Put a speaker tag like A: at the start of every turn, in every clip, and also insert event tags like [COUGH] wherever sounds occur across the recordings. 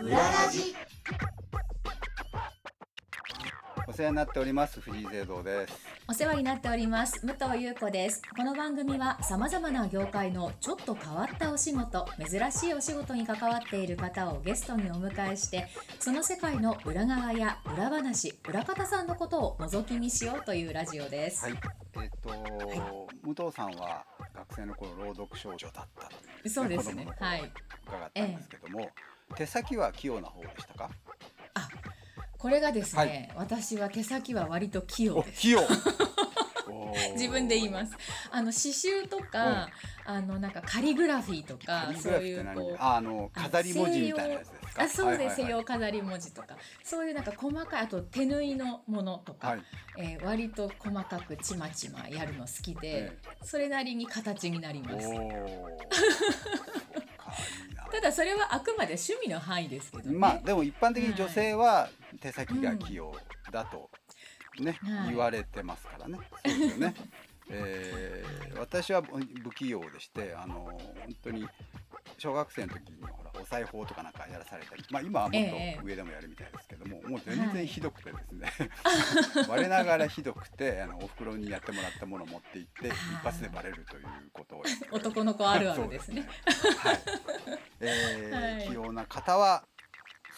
A: 裏ラジ
B: お世話になっております藤井聖堂です
C: お世話になっております武藤優子ですこの番組は様々な業界のちょっと変わったお仕事珍しいお仕事に関わっている方をゲストにお迎えしてその世界の裏側や裏話裏方さんのことを覗き見しようというラジオです、
B: はいえっ、と、武藤さんは学生の頃朗読少女だったという
C: そうですね
B: 子供の頃
C: はい
B: 伺ったんですけども、手先は器用な方でしたか
C: これがですね、私は手先は割と器用です
B: 器 [LAUGHS] 用おー
C: 自分で言いますあの刺繍とか、あのなんかカリグラフィーと
B: カ
C: か
B: リ
C: そ
B: グ
C: う
B: ラフ
C: い
B: ィーって
C: う
B: 何
C: こう
B: ああの
C: あ
B: 飾り文字みたいなやつですか
C: あそうです、
B: はい
C: 西洋飾り文字とかそういうなんか細かいあと手縫いのものとか、
B: はいはい、はい
C: えー割と細かくちまちまやるの好きで、
B: え
C: それなりに形になり [LAUGHS]
B: えお
C: ま
B: ー
C: す
B: そうかいいな
C: ただそれはあくまで趣味の範囲ですけどね、
B: まあでも一般的に女性は手先が器用だとね、
C: はい
B: 言われてますからね。そうですよ
C: [LAUGHS]
B: ね。えー私は不不器用でしてあの本当に小学生の時にほらお裁縫とかなんかやらされたり、まあ今はもっ
C: ええ
B: と上でもやるみたいですけども、もう全然ひどくてですね、
C: [LAUGHS]
B: 我ながらひどくてあのお袋にやってもらったものを持って行って一発でバレるということをやっております
C: 男の子あるあるですね
B: [LAUGHS] そうですね。はい。えー
C: はい
B: 器用な方は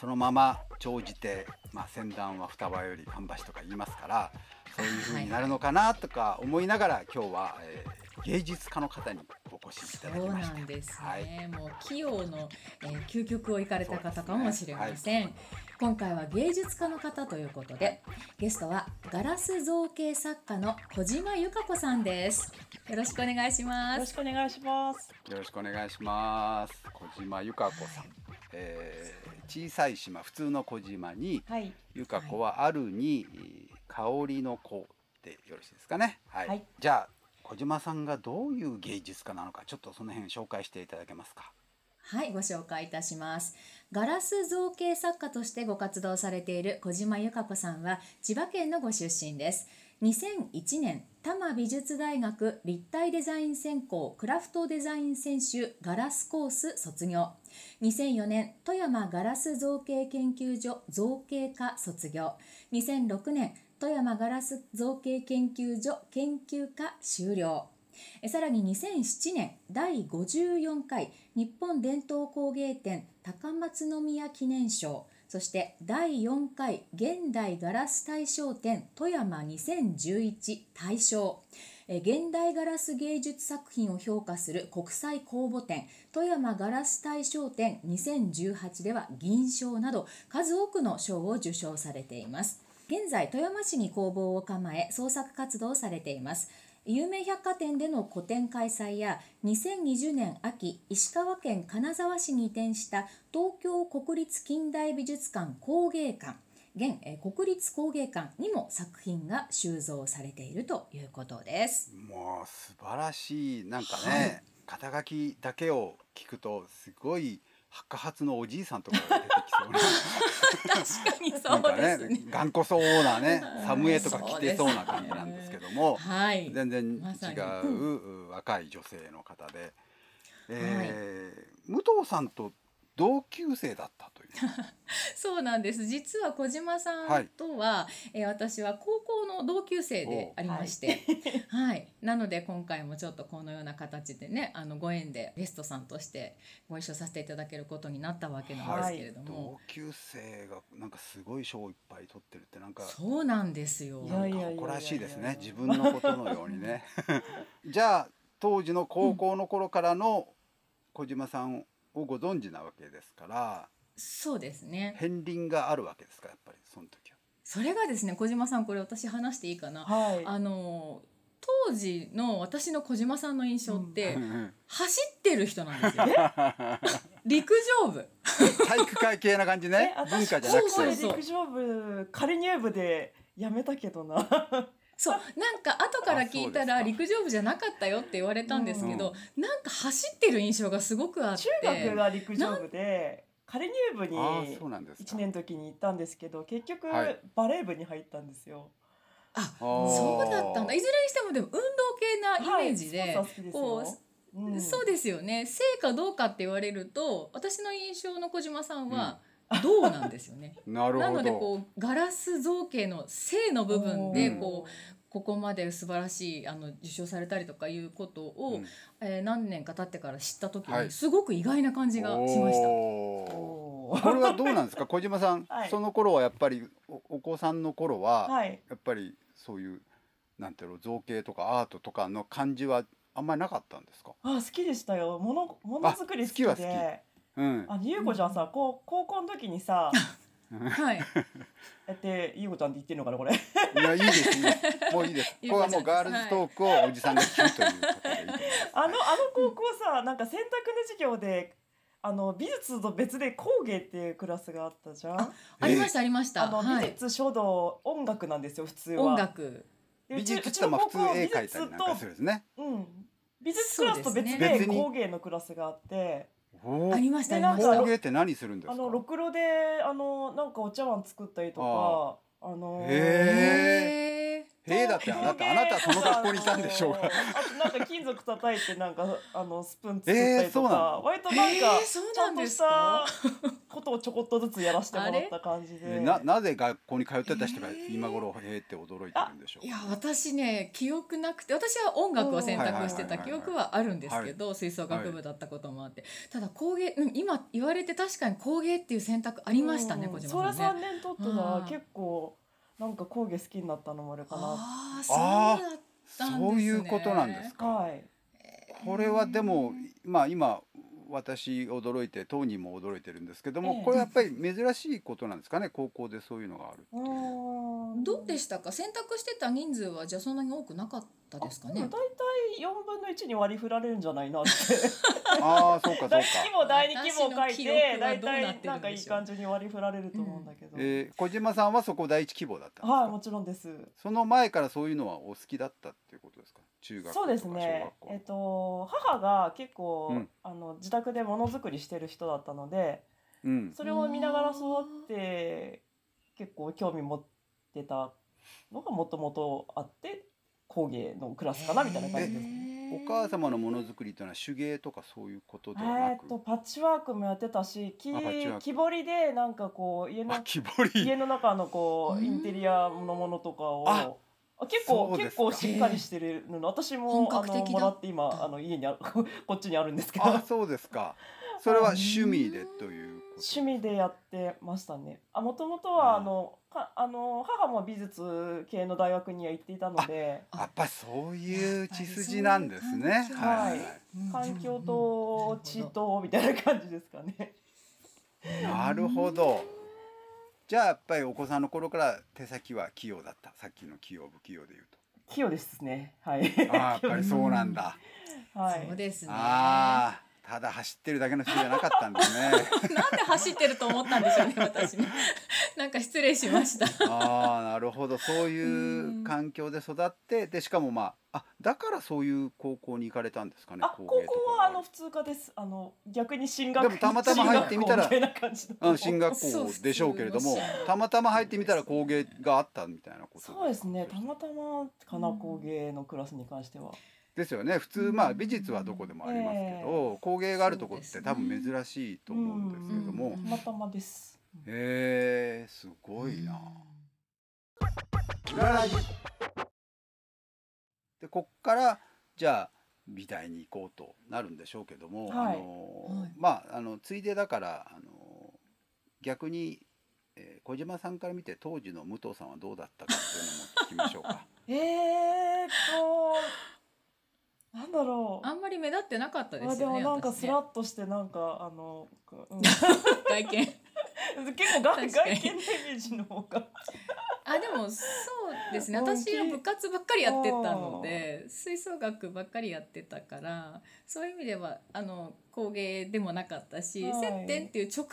B: そのまま長じて、まあ先端は双葉より芳しとか言いますから、そういう風になるのかなとか思いながら今日は、えー芸術家の方にお越しいただき
C: そう
B: ま
C: な
B: した。
C: んです
B: は
C: ね、もう器用の、えー究極を行かれた方かもしれま
B: そうです
C: せん、今回は芸術家の方ということでゲストはガラス造形作家の小島由香子さんですよろしくお願いし
D: よ
C: ま
D: ろ
C: す
D: しくお願いします。
B: よろしくお願いします。小島由香子さん。えー小さい島普通の小島に
D: はい。
B: 由香子はあるに、香りの子でよろしいですかね。はい。
D: はい
B: じゃあ小島さんがどういう芸術家なのかちょっとその辺紹介していただけますか。
C: はい、ご紹介いたします。ガラス造形作家としてご活動されている小島由香子さんは千葉県のご出身です。2001年、多摩美術大学立体デザイン専攻クラフトデザイン専修ガラスコース卒業。2004年、富山ガラス造形研究所造形科卒業。2006年、富山ガラス造形研究所研究科修了。えさらに2007年第54回日本伝統工芸展高松宮記念賞そして第4回現代ガラス大賞展富山2011大賞えー現代ガラス芸術作品を評価する国際公募展富山ガラス大賞展2018では銀賞など数多くの賞を受賞されています現在富山市に工房を構え創作活動をされています有名百貨店での個展開催や2020年秋石川県金沢市に移転した東京国立近代美術館工芸館現えー国立工芸館にも作品が収蔵されているということです。
B: もう素晴らしいなんかね、
C: はい
B: 肩書きだけを聞くとすごい白髪のおじいさんとかが出てきそうな
C: 確かに [LAUGHS]
B: な
C: そ
B: んか
C: うですね。
B: 頑固そうなね
C: はい
B: サムエとか着てそうな感じなんですけど
C: [LAUGHS]
B: も、
C: はい。
B: 全然違
C: まさに
B: う、若い女性の方で、えー武藤さんと同級生だったという。
D: [LAUGHS]
C: そうなんです実は小島さんとは、えー私は高校の同級生でありまして、はいなので今回もちょっとこのような形でねあのご縁でゲストさんとしてご一緒させていただけることになったわけなんですけれども、
B: 同級生がなんかすごい賞をいっぱい取ってるってなんか
C: そうなんですよ。
D: い
B: な
D: や
B: ん
D: い
B: か
D: やいやいや
B: 誇らしいですね自分のことのように
D: [LAUGHS]
B: ねじゃあ当時の高校の頃からの小島さんをご存知なわけですから
C: そうですね。
B: 片鱗があるわけですかやっぱりその時は。
C: それがですね小島さんこれ私話していいかな。
D: はい。
C: あの当時の私の小島さんの印象って、
B: うんうん
C: 走ってる人なんですよ。陸上部。
B: 体育会系な感じね文化じゃな
C: そう
B: く
C: そ
D: 高
C: う
D: 校
B: て
C: そ。う
D: 陸上部仮入部で辞めたけどな。
C: そうなんか後から聞いた
B: あ
C: ら
B: そうです
C: 陸上部じゃなかったよって言われたんですけど、なんか走ってる印象がすごくあって
D: [LAUGHS] 中学が陸上部で仮入部に
B: ああそうなんですか
D: 1。年の時に行ったんですけど、結局
B: はい
D: バレー部に入ったんですよ。
C: あ
B: あー
C: そうだったんだいずれにしてもでも運動系な
D: は
C: イメー
D: い。
C: ジ
D: スポ
C: で、
D: ーツは好きですよ
C: こ。
D: うん
C: そうですよね成果どうかって言われると私の印象の小島さんは、銅なんですよね。
B: [LAUGHS] なる
C: な
B: ほ
C: ので
B: ど。
C: こうガラス造形の正の部分で
B: うん
C: こうここまで素晴らしいあの受賞されたりとかいうことを、
B: うん
C: えー何年か経ってから知った時に、
B: はい
C: すごく意外な感じがしました。
B: おー
D: おー
B: これはどうなんですか [LAUGHS] 小島さん、
D: はい
B: その頃はやっぱりおお子さんの頃は、
D: はい。
B: やっぱりそういうなんていうの造形とかアートとかの感じはあんまりなかったんですか、
D: あ好きでしたよ。ものものづくり好き
B: あ好きは
D: で。
B: うん、
D: あゆうこちゃんさ、こう高校の時
B: [LAUGHS]
D: にさ、
C: はい、
D: やってゆうこちゃんって言ってるのかなこれ。
B: いやいいですいいですもういいです
C: いい
B: これはもう
C: ことじゃ
B: ガ
C: ないで
B: ー
C: す
B: ルズトークをおじさんが聞くということでいいと思います
D: あのあの高校さ、なんか選択の授業で。あの美術と別で工芸っていうクラスがあったじゃん。
C: ありましたありまし
D: あ
C: た。
D: の
C: は
D: 美
C: い、
D: 術、書道、音楽なんですよ普通は。
C: 音楽
D: で
B: 美
D: うち
B: 術ってまあ
D: う
B: 普
D: ち
B: 通
D: の高校は
B: 絵描いたりなんかするんですね。
D: うん、美術クラスと別
C: そう
B: です
D: で
B: ね
D: 工芸のクラスがあって、
B: お
C: あり
B: ー
C: ましたあ
D: で
C: りまし
D: なん
C: た
D: か
B: 工。芸って何するんですか
D: あ。のろくろであのなんかお茶碗作ったりとかあの
B: へ
C: へ
B: へえだってあなたあなたその学校にいたんでしょう
D: あ
B: が。
D: となんか金属叩いてなんかあのスプーン作った
B: え
D: り
B: ーそ
D: と
B: うな
D: か
B: の、
D: 割と
C: ー
D: なんか
C: へーそう
D: ちゃ
C: なんん
D: と
C: で
D: し
C: すか
D: た。ことをちょこっとずつやらせてもらった感じで。
B: ななぜ学校に通ってた人が
C: えー
B: 今頃へえって驚いてるんでしょう
C: いや私ね記憶なくて私は音楽を選択して
B: はいはいはい
C: た
B: はい
C: 記憶はあるんですけど吹奏楽部だったこともあってただ工芸うん今言われて確かに工芸っていう選択ありましたね
D: うん
C: 小
D: そら
C: 島さん
D: 三
C: ね。
D: 年取ってたら
C: うん
D: 結構なんか工芸好きになったのもあるかな。
C: ああ
B: あー
C: そうだったんですね。
B: そういうことなんですか。
D: はい。
B: これはでもまあ今私驚いて当人も驚いてるんですけど
D: え
B: も
D: え
B: これやっぱり珍しいことなんですかね高校でそういうのがあるっていうう。
D: ん
C: どうでしたか選択してた人数はじゃあそんなに多くなかったですか
D: でも
C: ね。
D: 大体4分の1に割り振られるんじゃないな [LAUGHS] って
B: ああそうかそうか
D: 第。一希望第二希望書い
C: 私の記憶
D: て
C: は
D: 大
C: どうなっ
D: 体
C: てるんでしょう
D: なんかいい感じに割り振られると思うんだけど、
B: えー小島さんはそこ第一希望だったんですか。
D: はいもちろんです
B: その前からそういうのはお好きだったっていうことですか。中学校
D: そう
B: とか
D: で
B: 小
D: す
B: 学校。
D: ねえっと母が結構、
B: うん
D: あの自宅でものづくりしてる人だったので
B: うん。
D: それを見ながら育って結構興味持ってたのがもともとあって工芸のクラスかなみたいな感じですね。
B: お母様のものづくりというのは手芸とかそういうことでは
D: え
B: な
D: っ
B: く、
D: とパッチワークもやってたし木
B: あパッチワーク
D: 木彫りでなんかこう家
B: [LAUGHS]
D: の
B: あ木彫り
D: 家の中のこ
C: うん
D: うインテリアのものとかを
B: あ
D: あ結
B: そ
D: 構
B: うです
D: 結
B: か
D: 構しっかりしてるの私も
C: 本
D: あ
C: 格
D: の
C: 的だ
D: もらって今あの家にある [LAUGHS] こっちにあるんですけど
B: あそうですかそれは趣味でということ
D: 趣味でやってましたねあもともとは
B: う
D: あ
B: ん
D: のかあの母も美術系の大学には行っていたので
B: やっぱりそういう血筋なんですねは
D: はいい、
C: うん
D: 環境と地とみたいな感じですかね。
B: なるほどじゃあやっぱりお子さんの頃から手先は器用だったさっきの器用不器用で言う
D: 器用ですね。はい。
B: とああやっぱりそうなんだ、
D: [LAUGHS] は
C: そう
D: い。
C: ですね。な
B: ああただ走ってるだけの趣味じゃなかったんですね
C: んで走ってると思ったんで
B: [LAUGHS]
C: しょうね私ね。 [LAUGHS] なんか失礼しました。
B: ああなるほどそう
C: う
B: いうん環境で育ってでしかもまああだからそういう高校に行かれたんですかね
D: あ、
B: 工芸と
D: 高
B: か
D: 校はあの普通科です。あの逆に進学
B: でもたまたま入ってみたら
D: 進学校みたいな感じだと
B: う、
D: 思うん
B: 進学校でしょうけれども
C: そうそう
B: たまたま入ってみたら工芸があったみたいなこと
D: そうですね。たまたまかな、
C: うん
D: 工芸のクラスに関しては。
B: ですよね普通まあ美術はどこでもありますけど、工芸があるとこって多分珍しいと思うんですけれども、
C: うんうん
D: たまたまです。
B: へえすごいな。でこっからじゃあ美大に行こうとなるんでしょうけども、
D: はい
B: あのー
C: はい
B: まああのついでだからあのー逆に、えー小島さんから見て当時の武藤さんはどうだったかっていうのも聞きま
C: [LAUGHS]
B: しょうか。
D: えーっと、なんだろう。
C: あんまり目立ってなかったで
D: あ
C: す
D: で
C: よ
D: も
C: ね。
D: なんか
C: 私
D: ス
C: ね
D: ラッとしてなんかあの、
C: [LAUGHS]
D: うん、
C: 外見。
D: 結構が外
C: 確
D: 見
C: か
D: の
C: に
D: イメージの方が
C: あでもそうですね
D: 本
C: 私
D: 気
C: は部活ばっかりやってたので吹奏楽ばっかりやってたからそういう意味ではあの工芸でもなかったし、
D: はい
C: 接点っていう直接の接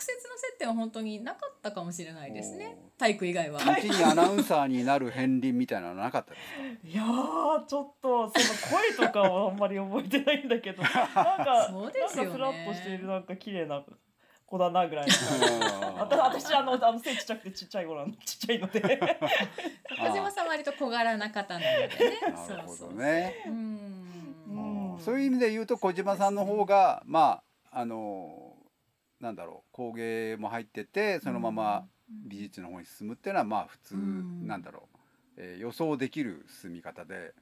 C: 点は本当になかったかもしれないですね
B: お
C: 体育以外は。
B: 後にアナウンサーになる片鱗みたいなのはなかったです
C: [LAUGHS]
B: か
D: いやーちょっとその声とかはあんまり覚えてないんだけどなんか
C: [LAUGHS] そうですよね
D: なんかスラッとしてるなんか綺麗な子だなぐらいの
C: [LAUGHS]
D: 感じ
B: うん。
D: あた私あのあの背ちっちゃくてちっちゃい頃なのちっちゃいので
C: 小島さんは割と小柄な方なのでね
B: なるほどね。
C: そうそううん
D: うん
B: そういう意味で言うと小島さんの方が、まああのなんだろう工芸も入っててそのまま美術の方に進むっていうのはまあ普通
C: うん
B: なんだろう、えー予想できる進み方で、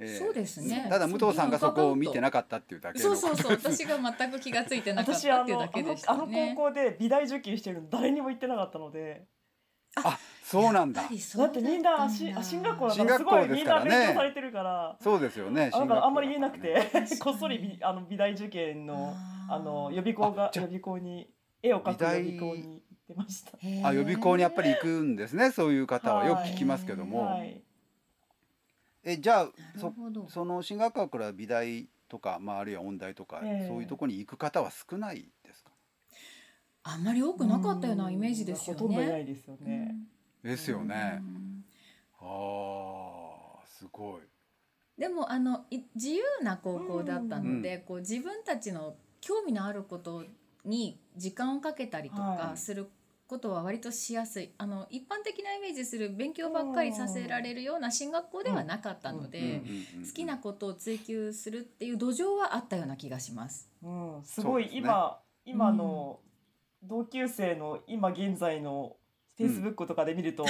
B: えー
C: そうですね
B: ただ武藤さんがそこを見てなかったっていうだけ
C: そ
B: の
C: うそうそう
B: ことです
C: 私が全く気がついて [LAUGHS] なかっ
D: 私あ
C: たっていう
D: の
C: だ
D: あの
C: けでし
D: あ
C: た
D: の
C: ね。
D: 高校で美大受験してるの誰にも言ってなかったので
B: [LAUGHS] あそうなんだ
C: やっぱりそ
D: だ
C: う
D: ってみんなあしあ進学校だからすご
B: 進学校で
D: いみ
B: す
D: ん
B: から
D: な
B: ね
D: 勉強されてるから
B: そうですよね
D: あな
B: 進学校だ
D: んからあんまり言えなく
B: ね
C: [LAUGHS]
D: て [LAUGHS] こっそり美あの美大受験のあの予備校
B: あ
D: が
B: じ
D: 予
B: ゃあ
D: 備校に絵を描く予
B: 美大
D: 備校に行ってました。
B: あ予備校にやっぱ
C: り
B: り行くんですねそういう方はよく聞きますけども、
D: はい、
B: えじゃあ
C: なる
B: そ
C: ほど
B: その進学校から美大とか、まあ、あるいは音大とか、
D: ええ
B: そういうところに行く方は少ないですか
C: あんまり多くなかったようなイメージですよね。
D: ほとんどいないですよね。
B: ですよね
C: う。ん
B: ああすごい。
C: でもあのい自由な高校だったので、こう自分たちの興味のあることに時間をかけたりとか
D: はい
C: することは割としやすい、あの一般的なイメージする勉強ばっかりさせられるような進学校ではなかったので、
D: うんうんうん
C: 好きなことを追求するっていう土壌はあったような気がします。
D: うん、すごい
B: そうですね
D: 今、今の同級生の今現在のフ
B: うん
D: ェイスブックとかで見ると、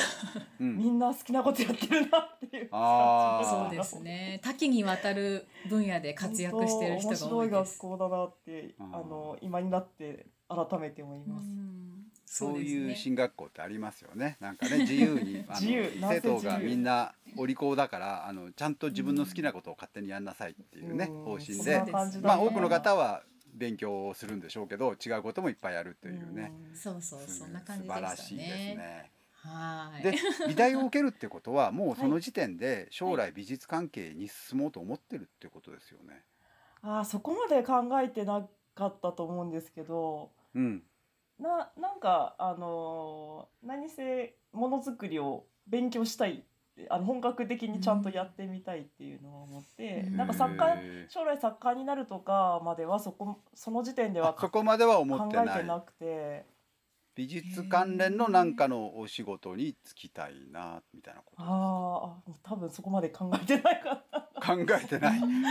B: うんうん
D: みんな好きなことやってるなっていう
B: あー
C: そうです。ね。多岐にわたる分野で活躍してる人が多い
D: 本当面白い
C: で
D: 学
C: す。
D: 校だなって、
B: うん
D: あの今になって改めて思います。
C: うん
B: そう
C: です
B: いう
C: ね
B: 進学校ってありますよね。なんかね自由にあの
D: 自由な
B: 生
D: んせ
B: 徒
D: 自由
B: がみんなお利口だからあのちゃんと自分の好きなことを勝手にやんなさいっていうね
D: うん
B: 方針
D: そん
B: で
D: な、感じだ
B: まあ
D: ね
B: 多くの方は勉強をするんでしょうけど違うこともいっぱいやるというね。
D: ん
C: そうそう、
B: す
C: そんな感じでし
B: 素晴
C: た
B: らしいです
C: ね。
B: ね。
C: はーい。
B: で美大を受けるってことはもうその時点で将来美術関係に進もうと思ってるってことですよね。
D: あーそこまで考えてなかったと思うんですけど
B: うん、
D: ななんかあのー何せものづくりを勉強したいあの本格的にちゃんとやってみたいっていうのを思って、
C: うん。
D: なんか作家
B: へー
D: 将来作家になるとかまではそこその時点では
B: あそこまでは思
D: 考
B: って
D: え
B: な
D: て
B: い。
D: なくて
B: 美術関連のなんかのお仕事に就きたいなみたいなこ
D: あ
B: と
D: ーあ多分そこまで考えてなかった。
B: 考えてな
C: [LAUGHS]
B: い
C: うん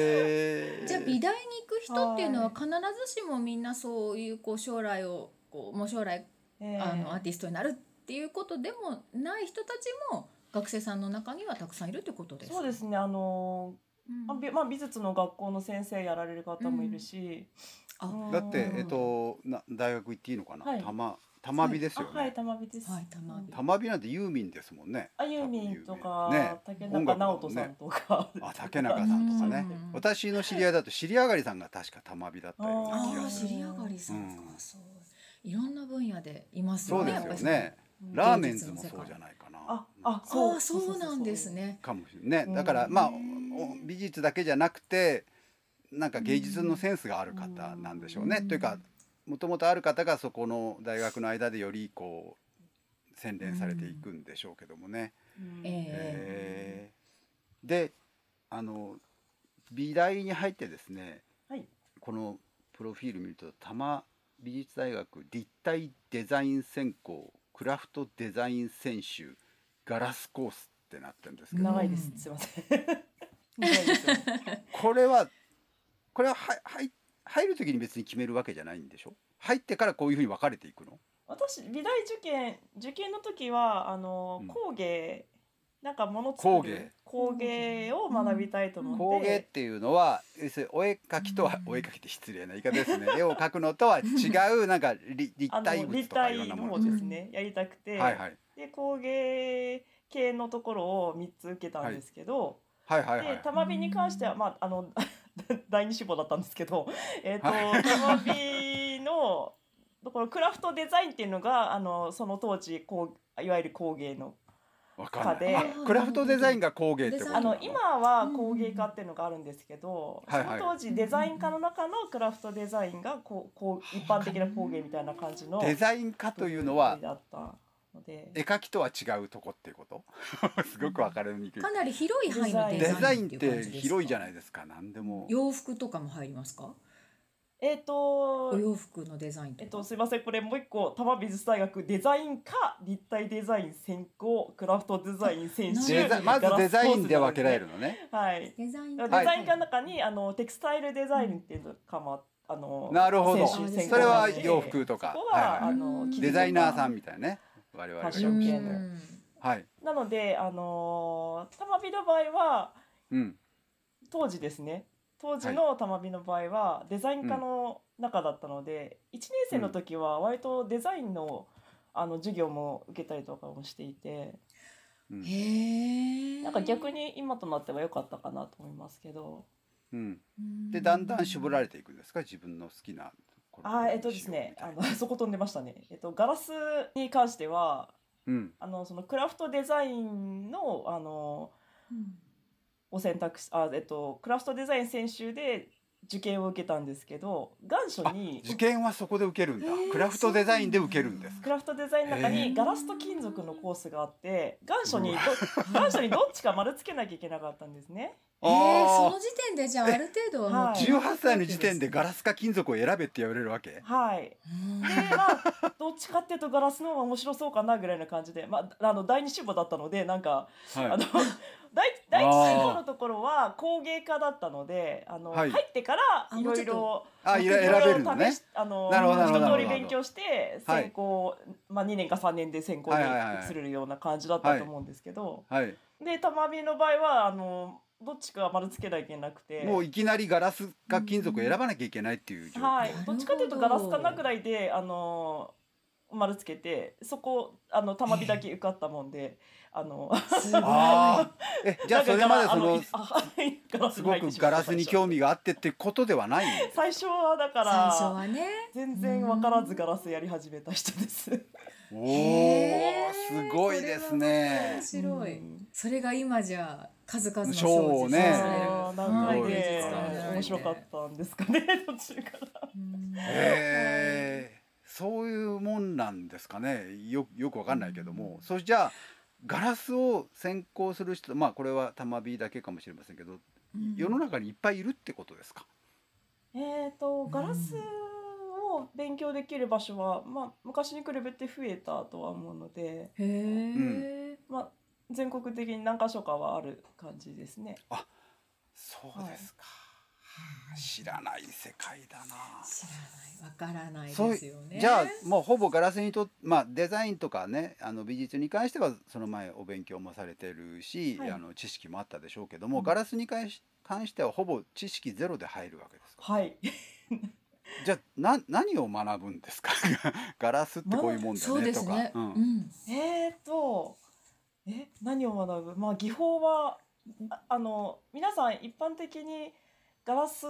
B: えー、
C: じゃあ美大に行く人っていうのは
D: は
C: 必ずしもみんなそういうこう将来をこうもう将来
D: えー
C: あのアーティストになるっていうことでもない人たちも学生さんの中にはたくさんいるってことですか。
D: そうですねあの
C: うん
D: ーまあ美まあ美術の学校の先生やられる方もいるし、
C: あ
D: うん
B: だって
C: うん
B: えっとな大学行っていいのかな。
D: はい
B: たまたまびですよ
D: あはい
B: ね。
D: 玉美です、
C: はい玉美
B: たまびなんてユーミンですもんね。
D: あゆみんとか、
B: ね
D: 竹
B: 音
D: 中
B: 楽だ
D: 直
B: も
D: 人
B: ん
D: さ
B: ね
D: んとか、
B: あ竹中さんとかね
C: うん。
B: 私の知り合いだと知り上がりさんが確かたまびだったような
C: あ
B: 気
C: あ
B: がす
C: 知
B: る。
C: り上がりさんか、
B: うん
C: そういろんな分野でいます
B: そ
C: よ
B: う
C: ね。
B: で
C: や
B: すよ
C: っぱり
B: ね。
D: うん
B: ラーメンズもそうじゃないかな
D: あ。あ
C: そ
D: そう
C: ああそうなんですね。
B: かもしれないね。だか
D: う
B: ら
D: ん
B: まあお美術だけじゃなくてなんか芸術のセンスがある方なんでしょうね。
C: うん
B: というかもともとある方がそこの大学の間でよりこう洗練されていくんでしょうけどもね。
D: うん
C: え
B: へーであの美大に入ってですね
D: はい
B: このプロフィール見ると多摩美術大学立体デザイン専攻クラフトデザイン専修ガラスコースってなってるんですけど
D: 長いです、すいません [LAUGHS] 長いですよ
B: これはこれはは入入る時に別に決めるわけじゃないんでしょ入ってからこういうふうに分かれていくの
D: 私美大受験受験の時はあの
B: うん
D: 工芸、なんかもの
B: 工
D: 作
B: 芸
D: る工芸を学びたいと思って、
B: 工芸っていうのは要するにお絵描きとは
C: うん
B: お絵描きって失礼な言い方ですね絵を描くのとは違うなんか立立
D: あ
B: 体
D: の
B: 物
D: 立
B: とかい
D: 体
B: ろんな
D: の
B: も
D: 方
B: の
D: で
B: です
D: ね、やりたくて、
B: す。はいはい
D: で工芸系のところを三つ受けたんですけど、
B: はいはいはい
D: で玉美に関しては、まあ、あの [LAUGHS] 第二志望だったんですけど、えー、と
B: は
D: 玉美のところクラフトデザインっていうのがあのその当時こういわゆる工芸の
B: わかんな
D: で
B: い。あクラフトデザインが工芸ってこと
D: あ
B: な
D: の
B: の
D: 今は工芸家っていうのがあるんですけど、
B: はいはい
D: その当時デザイン科の中のクラフトデザインがこうこう一般的な工芸みたいな感じの
B: デザイン化というのは
D: だったので
B: 絵描きとは違うとこっていうこと [LAUGHS] すごく分かりにくい
C: かなり広い範囲のデ
B: デ
C: ザ
B: ザ
C: イ
B: イ
C: ン
B: ン
C: っ
B: って
C: いう感
B: て
C: じですか。
B: 広いじゃないですか何でも
C: 洋服とかも入りますか？
D: えっ、
C: お
D: と
C: 洋服のデザインと
D: えっ
C: か。
D: と、すいませんこれもう一個多摩美術大学デザイン科立体デザイン専攻クラフトデザイン専修
B: デザインまずデザインで分けられ
D: る
B: るのね
D: はい
C: デザイン
D: デ
B: はい
D: ザイン科の中にあのテクスタイルデザインっていうのかもあっあの
B: なるほど
D: 選手選考
B: それは
D: なんで
B: 洋服とか
D: そこは
B: はい
D: あの
C: うん
B: デザイナーさ
D: ん
B: んみたいなね我々がよく
D: ファッション系
B: 知って
D: の
B: るはい
D: なのであのたまびの場合は
B: うん
D: 当時ですね当時のたまびの場合はデザイン科の中だったので、1年生の時は割とデザインのあの授業も受けたりとかもしていて
B: う
C: へ
B: ん
C: え
D: なんか逆に今となっては良かったかなと思いますけど
B: うんでだんだん絞られていくんですか自分の好きな
D: あーえっとですねあの [LAUGHS] そこ飛んでましたね、えっと、ガラスに関しては
B: うん
D: あのそのクラフトデザインのあの
C: うん
D: を選択しあ、えっと、クラフトデザイン専修で受験を受けたんですけど願書
B: あ
D: に
B: 受験はそこで受けるんだ
C: えー
B: クラフトデザインで受けるんです
D: クラフトデザインの中
C: へー
D: にガラスと金属のコースがあって願書にど願書にどっちか丸つけなきゃいけなかったんですね。
C: えー、そ
B: あ
C: の時点でじゃあある程度はもう
D: はい
C: 決まってるわけ
B: 18歳の時点でガ
C: ラ
B: ラスか金属を選べって言われるわけ
D: はい、でまあどっちかっていうとガラスの方が面白そうかなぐらいな感じで、まあ、あの第二志望だったのでなんか
B: はい
D: あの [LAUGHS] 第一第一志望のところは工芸科だったのであの、
B: はい
D: 入ってから
C: あ
D: い
C: もう
D: ろ
C: ちょ
D: い
C: っと
D: ろ
B: あいら選べるのね
D: 試しあの
B: なるほどなるほど
D: 一通
B: なる
D: り
B: ほど
D: 勉強して
B: はい
D: 専攻、まあ、2年か3年で専攻に
B: はいはいはいはい
D: 移るような感じだったと思うんですけど、
B: はい
D: でたまみの場合はあのどっちかは丸つけなきゃいけなくて。
B: もういきなりガラスか金属を選ばなきゃいけないっていう状況
D: は
C: ないるほ、ど
D: どっちかというとガラスかなぐらいで、あの丸つけてそこあの玉火だけ受かったもん [LAUGHS] で、あの
C: すごい
B: あ
D: [LAUGHS]
B: ーえじゃあ
D: な
B: そ
D: ん
B: れ
D: か
B: ま
D: ガ
B: で
D: ラ
B: そ
D: あ
B: の
D: あはいガラス
B: す
D: に
B: ご
D: 入って
B: く
D: しま
B: ガ
D: った
B: ラスに興味があってってことではないんです
D: 最初はだか
C: 最初
D: ら
C: はね
D: 全然わからずガラスやり始めた人です。
B: お
C: へ
B: お
C: ー
B: すごいですね
C: それは面白い、
D: うん
C: それが今じゃあ数々の
B: 賞を
C: 賞
B: ね
C: 受賞される
D: そう
B: は
D: ないんで
B: はい
D: 面白かったんですかね途中から。
B: へえそういうもんなんですかねよよくわかんないけどもそれじゃあガラスを専攻する人まあこれは玉火だけかもしれませんけど世の
C: 中
B: 中にいっぱいいるってことですか
D: [LAUGHS] えっとガラスを勉強できる場所はまあ昔に比べて増えたとは思うので。
C: へえ、
D: まあ、全国的に何箇所かはある感じですね。
B: そうですか、知らない世界だな
C: 知らないわからない
B: そう
C: ですよね
B: じゃあもうほぼガラスにとまあデザインとかねあの美術に関してはその前お勉強もされてるし、
D: はい
B: あの知識もあったでしょうけども、
D: うん
B: ガラスに関し関してはほぼ知識ゼロで入るわけですか
D: はい。 [LAUGHS]
B: じゃあな何を学ぶんですか [LAUGHS] ガラスってこういうもんだ
C: そう
B: ね
C: で
B: と
C: す
B: か、
C: ね
B: うん
C: うん
D: えっと、え、何を学ぶまあ、技法は、ああの、皆さん一般的にガラス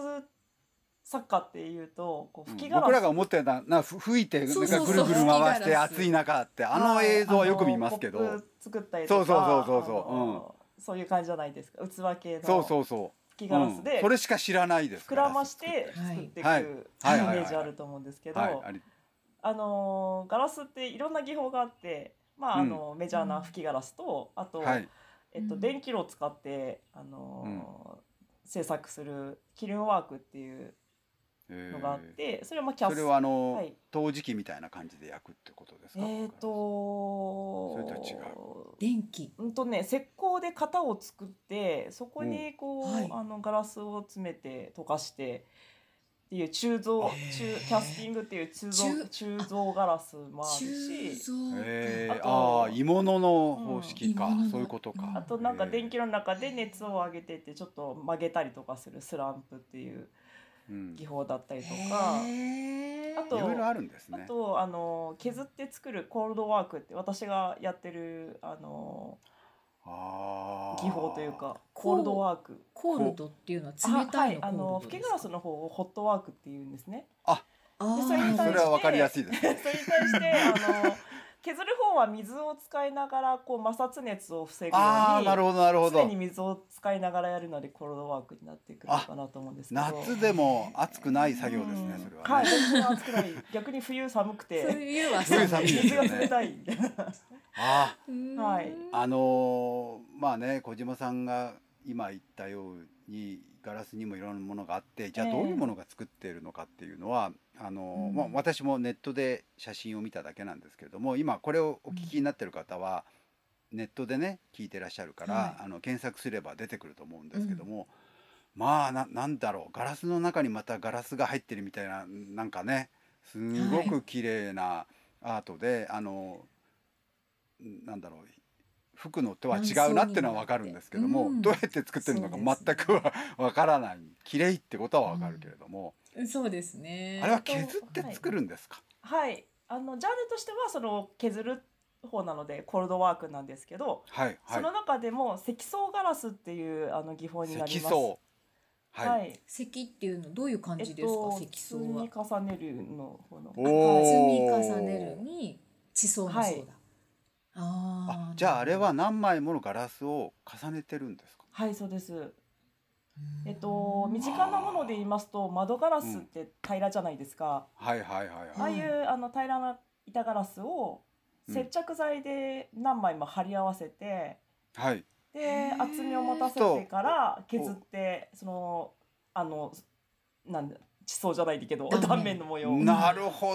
D: 作家っていうと、こう吹きガラス。
B: 僕らが思ってたなふ吹いてなん
C: そう
B: か
C: そう
D: そう
B: ぐるぐる回し
C: 吹き
B: て
C: ガラス
B: 暑い中ってあの映像はよく見ますけど、
D: はいあのコップ作ったりと
B: そ
D: か。
B: うそうそうそうそう
D: あのそういう感じじゃないですか。器系の
B: そう
D: 吹
B: そうそう
D: きガラス
B: うん
D: で
B: それしか知らないです
D: 膨らまし
B: ガラスっ
D: て
B: て
C: はい
D: 作っていくイメ
B: はいはいはいはい
D: ージあると思うんですけど、
B: はいあり
D: あのーガラスっていろんな技法があって、まああのメジャーな吹きガラスと、あと、
B: はい
D: えっと、
C: うん
D: 電気炉を使って、あのー制作するキルンワークっていう
B: え
D: の
B: ー
D: があって、それはまあキャ
B: そ
D: ス
B: れはあの、
D: はい
B: 陶磁器みたいな感じで焼くってことです
D: え
B: か
D: ー、と
B: それとは違
C: 電気
D: うんとね石膏で型を作ってそこにこう、
C: うんはい
D: あのガラスを詰めて溶かしてっていう鋳造
B: へ
D: 鋳キャスティングっていう鋳造
C: 鋳
D: 鋳造ガラスもある
C: 鋳
D: し。
C: 造
B: え
D: あ
B: ー、
D: と
B: ああー鋳物の方式か、
C: うん鋳物の
B: そういうことか、
D: あとなんか電気
B: の、
D: の中で熱を上げてってちょっと曲げたりとかするスランプっていう
B: うん、
D: 技
B: い
D: 法だったりと
C: へ
D: か、
C: ー
D: あと
B: ろいろあるんです
D: あ
B: ね
D: とあの削って作るコールドワークって私がやってるあの
B: あー
D: 技法というかコールドワーク
C: コールドっていうのは冷たいの
D: あはいあの
C: コールド
D: 吹
C: です
D: きガ
C: か
D: ラスの方をホットワークっていうんです
C: [LAUGHS]
D: ね。
C: あ
D: で
C: ー
D: それに
B: そ
D: 対
B: れ
D: して
B: はわかりやすいです
D: [LAUGHS] それ
B: ね
D: に対してあの削る方は水を使いながらこう摩擦熱を防ぐよ
B: ああなる
D: うに
B: ほどなるほ
D: 常
B: ど
D: に水を使いながらやるのでコールドワークになってくるのかなと思うんですけど。
B: 夏でも暑くない作業ですね、
D: うん
B: それはね、
D: い、全然暑くない。逆に冬寒く
C: そう [LAUGHS]
D: て、
C: いうは
B: 冬寒いです
D: 水
B: よ
D: が
B: ね
D: 冷たい。 [LAUGHS]
C: は
B: あ
D: はいい
B: ああのーまあね小島さんが今言ったようにガラスにもいろんなものがあってじゃあ
D: ええ
B: どういうものが作っているのかっていうのは、あのー
C: うん
B: まあ、私もネットで写真を見ただけなんですけれども今これをお聞きになってる方は、ネットでね聞いてらっしゃるから、
C: は
B: あの検索すれば出てくると思うんですけども、まあななんだろうガラスの中にまたガラスが入ってるみたいななんかねすんごく綺麗なアートで、あのなんだろう服のとは違うなってのは分かるんですけども、
C: うん
B: どうやって作ってるのか全くは分からない綺麗ってことは分かるけれども、
C: そうですね
B: あれは削って作るんですか、
D: はいあのジャンルとしてはその削る方なのでコールドワークなんですけど、
B: はい、はい
D: その中でも積層ガラスっていうあの技法になります
B: 積層はい、
D: はい、
C: 石っていうのどういう感
D: え
C: じ
D: っ
C: ですか、
D: と
C: 石
D: 積
C: 層は
D: み重ねるの方の
B: おー
C: 積み重ねるに地層もそうだ、
D: はい
C: あ
B: あ
C: あ
B: じゃああれは何枚ものガラスを重ねてるんですか
D: はいそうですえっと身近なもので言いますと窓ガラスって平らじゃないですか、
B: はいはいはい
D: あ
B: は
D: あ
B: い
D: いうあの平らな板ガラスを接着剤で何枚も貼り合わせて、
B: はい
D: で
C: へー
D: 厚みを持たせてから削ってそのあのなんだ地層じゃないけど
C: 断面
D: 断面の模様
B: なるほ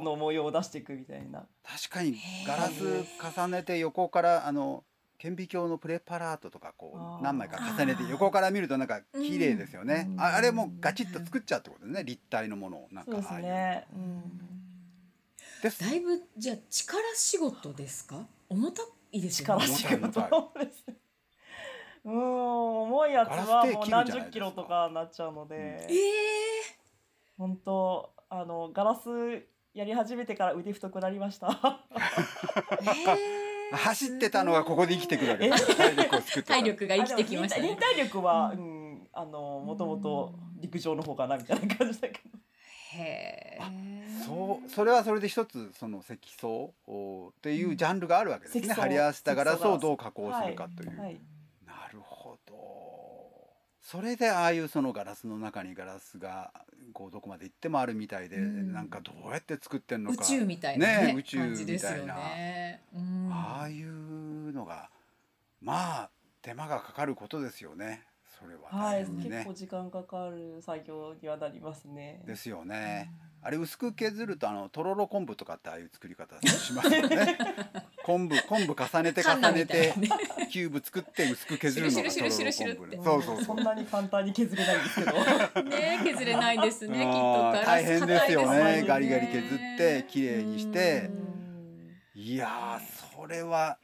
B: ど
D: の模様を出していくみたいな
B: 確かにガラス重ねて横からあの顕微鏡のプレパラートとかこ
D: あ
B: う
D: ー
B: 何枚か重ねて横から見るとなんか綺麗ですよね
D: うん
B: ああれもガチッと作っちゃうってことね立体のものをなん
D: そう
B: か
D: です
B: ああいう
D: ね、う
C: うん
D: ん、
B: です
C: だいぶじゃあ力仕事ですか重たいですよ
D: 力
C: ね
D: 仕
B: 重
D: 事
B: たい
D: ですうーん重いやつはも
B: ガ
D: う
B: ラス手
D: 何
B: 切るじゃないですか
D: 十キロとかなっちゃうので、
C: ええ
D: 本当あのガラスやり始めてから腕太くなりました
C: ええ
B: [LAUGHS] 走ってたのがここで生きてくるわけ
D: え [LAUGHS]
B: です体力を作って
C: 体力が生きてきました
D: あでも
C: ね
D: 忍耐忍耐力は、うんあのもともと陸上の方かなみたいな感じだけど
C: へえ
B: そうそれはそれで一つその積層おっていうジャンルがあるわけですね
D: 積層
B: 貼り合わせたガラス
D: 積層ガ
B: を
D: ラス
B: どう加工するかという、
D: はい
B: なるほどそれでああいうそのガラスの中にガラスがこうどこまで行ってもあるみたいで、
C: うん
B: なんかどうやって作ってんの
C: 宇
B: か
C: 宙みたいな、ね
B: ね宇宙
C: 感じですよ
B: みたい
C: ねうん
B: ああいうのがまあ手間がかかることですよねそれは
D: はい、
B: 大変にね、
D: 結構時間かかる作業にはなりますね
B: ですよね。あれ薄く削るとあのとろろ昆布とかってああいう作り方しますよ
C: [LAUGHS]
B: ね。昆布昆布重ねて
C: カ
B: 重
C: ンナ
B: ね
C: みたい
B: て
C: なね
B: キューブ作って薄く削るのがと
C: シ
B: ろ
C: ルシルシルシル
B: ろ
C: っ
B: 昆
C: て
B: 布そうそうそ
D: [LAUGHS] そ。
B: うん
D: なに簡単に削れないんです
B: [LAUGHS]
D: けど
C: ね削れないですねきっと
B: あ
C: ガ
B: ー
C: ラ
B: 大
C: ス
B: 変で
C: 硬
B: す
C: い
B: よね
D: ね
B: ガリガリ削って綺麗にして
D: う
C: うん
D: ん
B: いやーそれは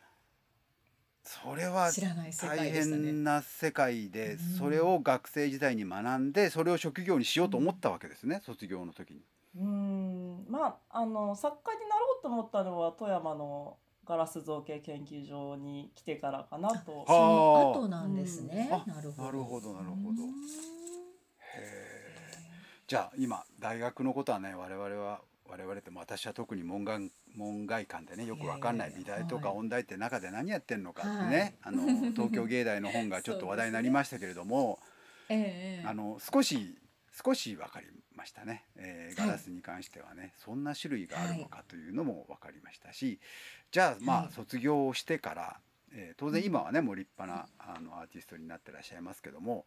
B: それは
C: 知らない世
B: 大
C: 界でしたね
B: 変な世界で
C: うん
B: それを学生時代に学んでそれを職業にしようと思ったわけですね卒業の時に。
D: うーんまああの作家になろうと思ったのは富山のガラス造形研究所に来てからかなと
C: そ
B: あ。
C: の後なんですね
B: あ。
C: なるほど。
B: なるほどなるほど
C: うん
B: じゃあ今大学のことはね我々は我々っても私は特に門外門外観でねよくわかんない
C: いやい
B: 美
C: やいや
B: 大とか
C: はい
B: 音大って中で何やってんのかって
C: は
B: ね
C: い、
B: あの東京芸大の本がちょっと話題になりましたけれども、
C: ええええ
B: あの少し少し分かりましたね、えーガラスに関してはね、そんな種類があるのかというのも分かりましたし、じゃあまあ、
C: はい
B: 卒業をしてから、えー当然今はねもう立派なあのアーティストになってらっしゃいますけども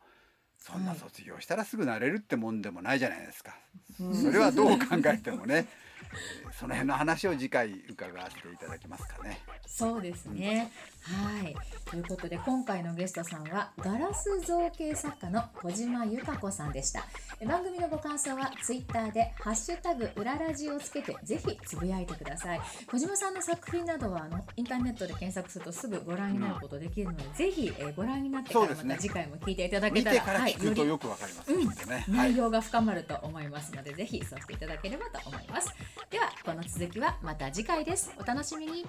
B: そんな
C: はい
B: 卒業したらすぐなれるってもんでもないじゃないですか、
D: うん
B: それはどう考えてもね [LAUGHS] えーその辺の話を次回伺わせていただけますかね。
C: そうですね。はい。ということで今回のゲストさんはガラス造形作家の小島由香子さんでした。え番組のご感想はツイッターでハッシュタグ裏ラジをつけてぜひつぶやいてください。小島さんの作品などはあのインターネットで検索するとすぐご覧になることできるので、ぜひ、えーご覧になってか
B: そう
C: ら
B: です
C: ま
B: ね
C: た次回も聞いていただけ
B: [LAUGHS] 見
C: た
B: て
C: ら、
B: から聞
C: よ
B: くと
C: り
B: よく分かります、
C: うん
B: きっとねはい
C: 内容が深まると思いますので、ぜひそうしていただければと思いますではこの続きはまた次回ですお楽しみに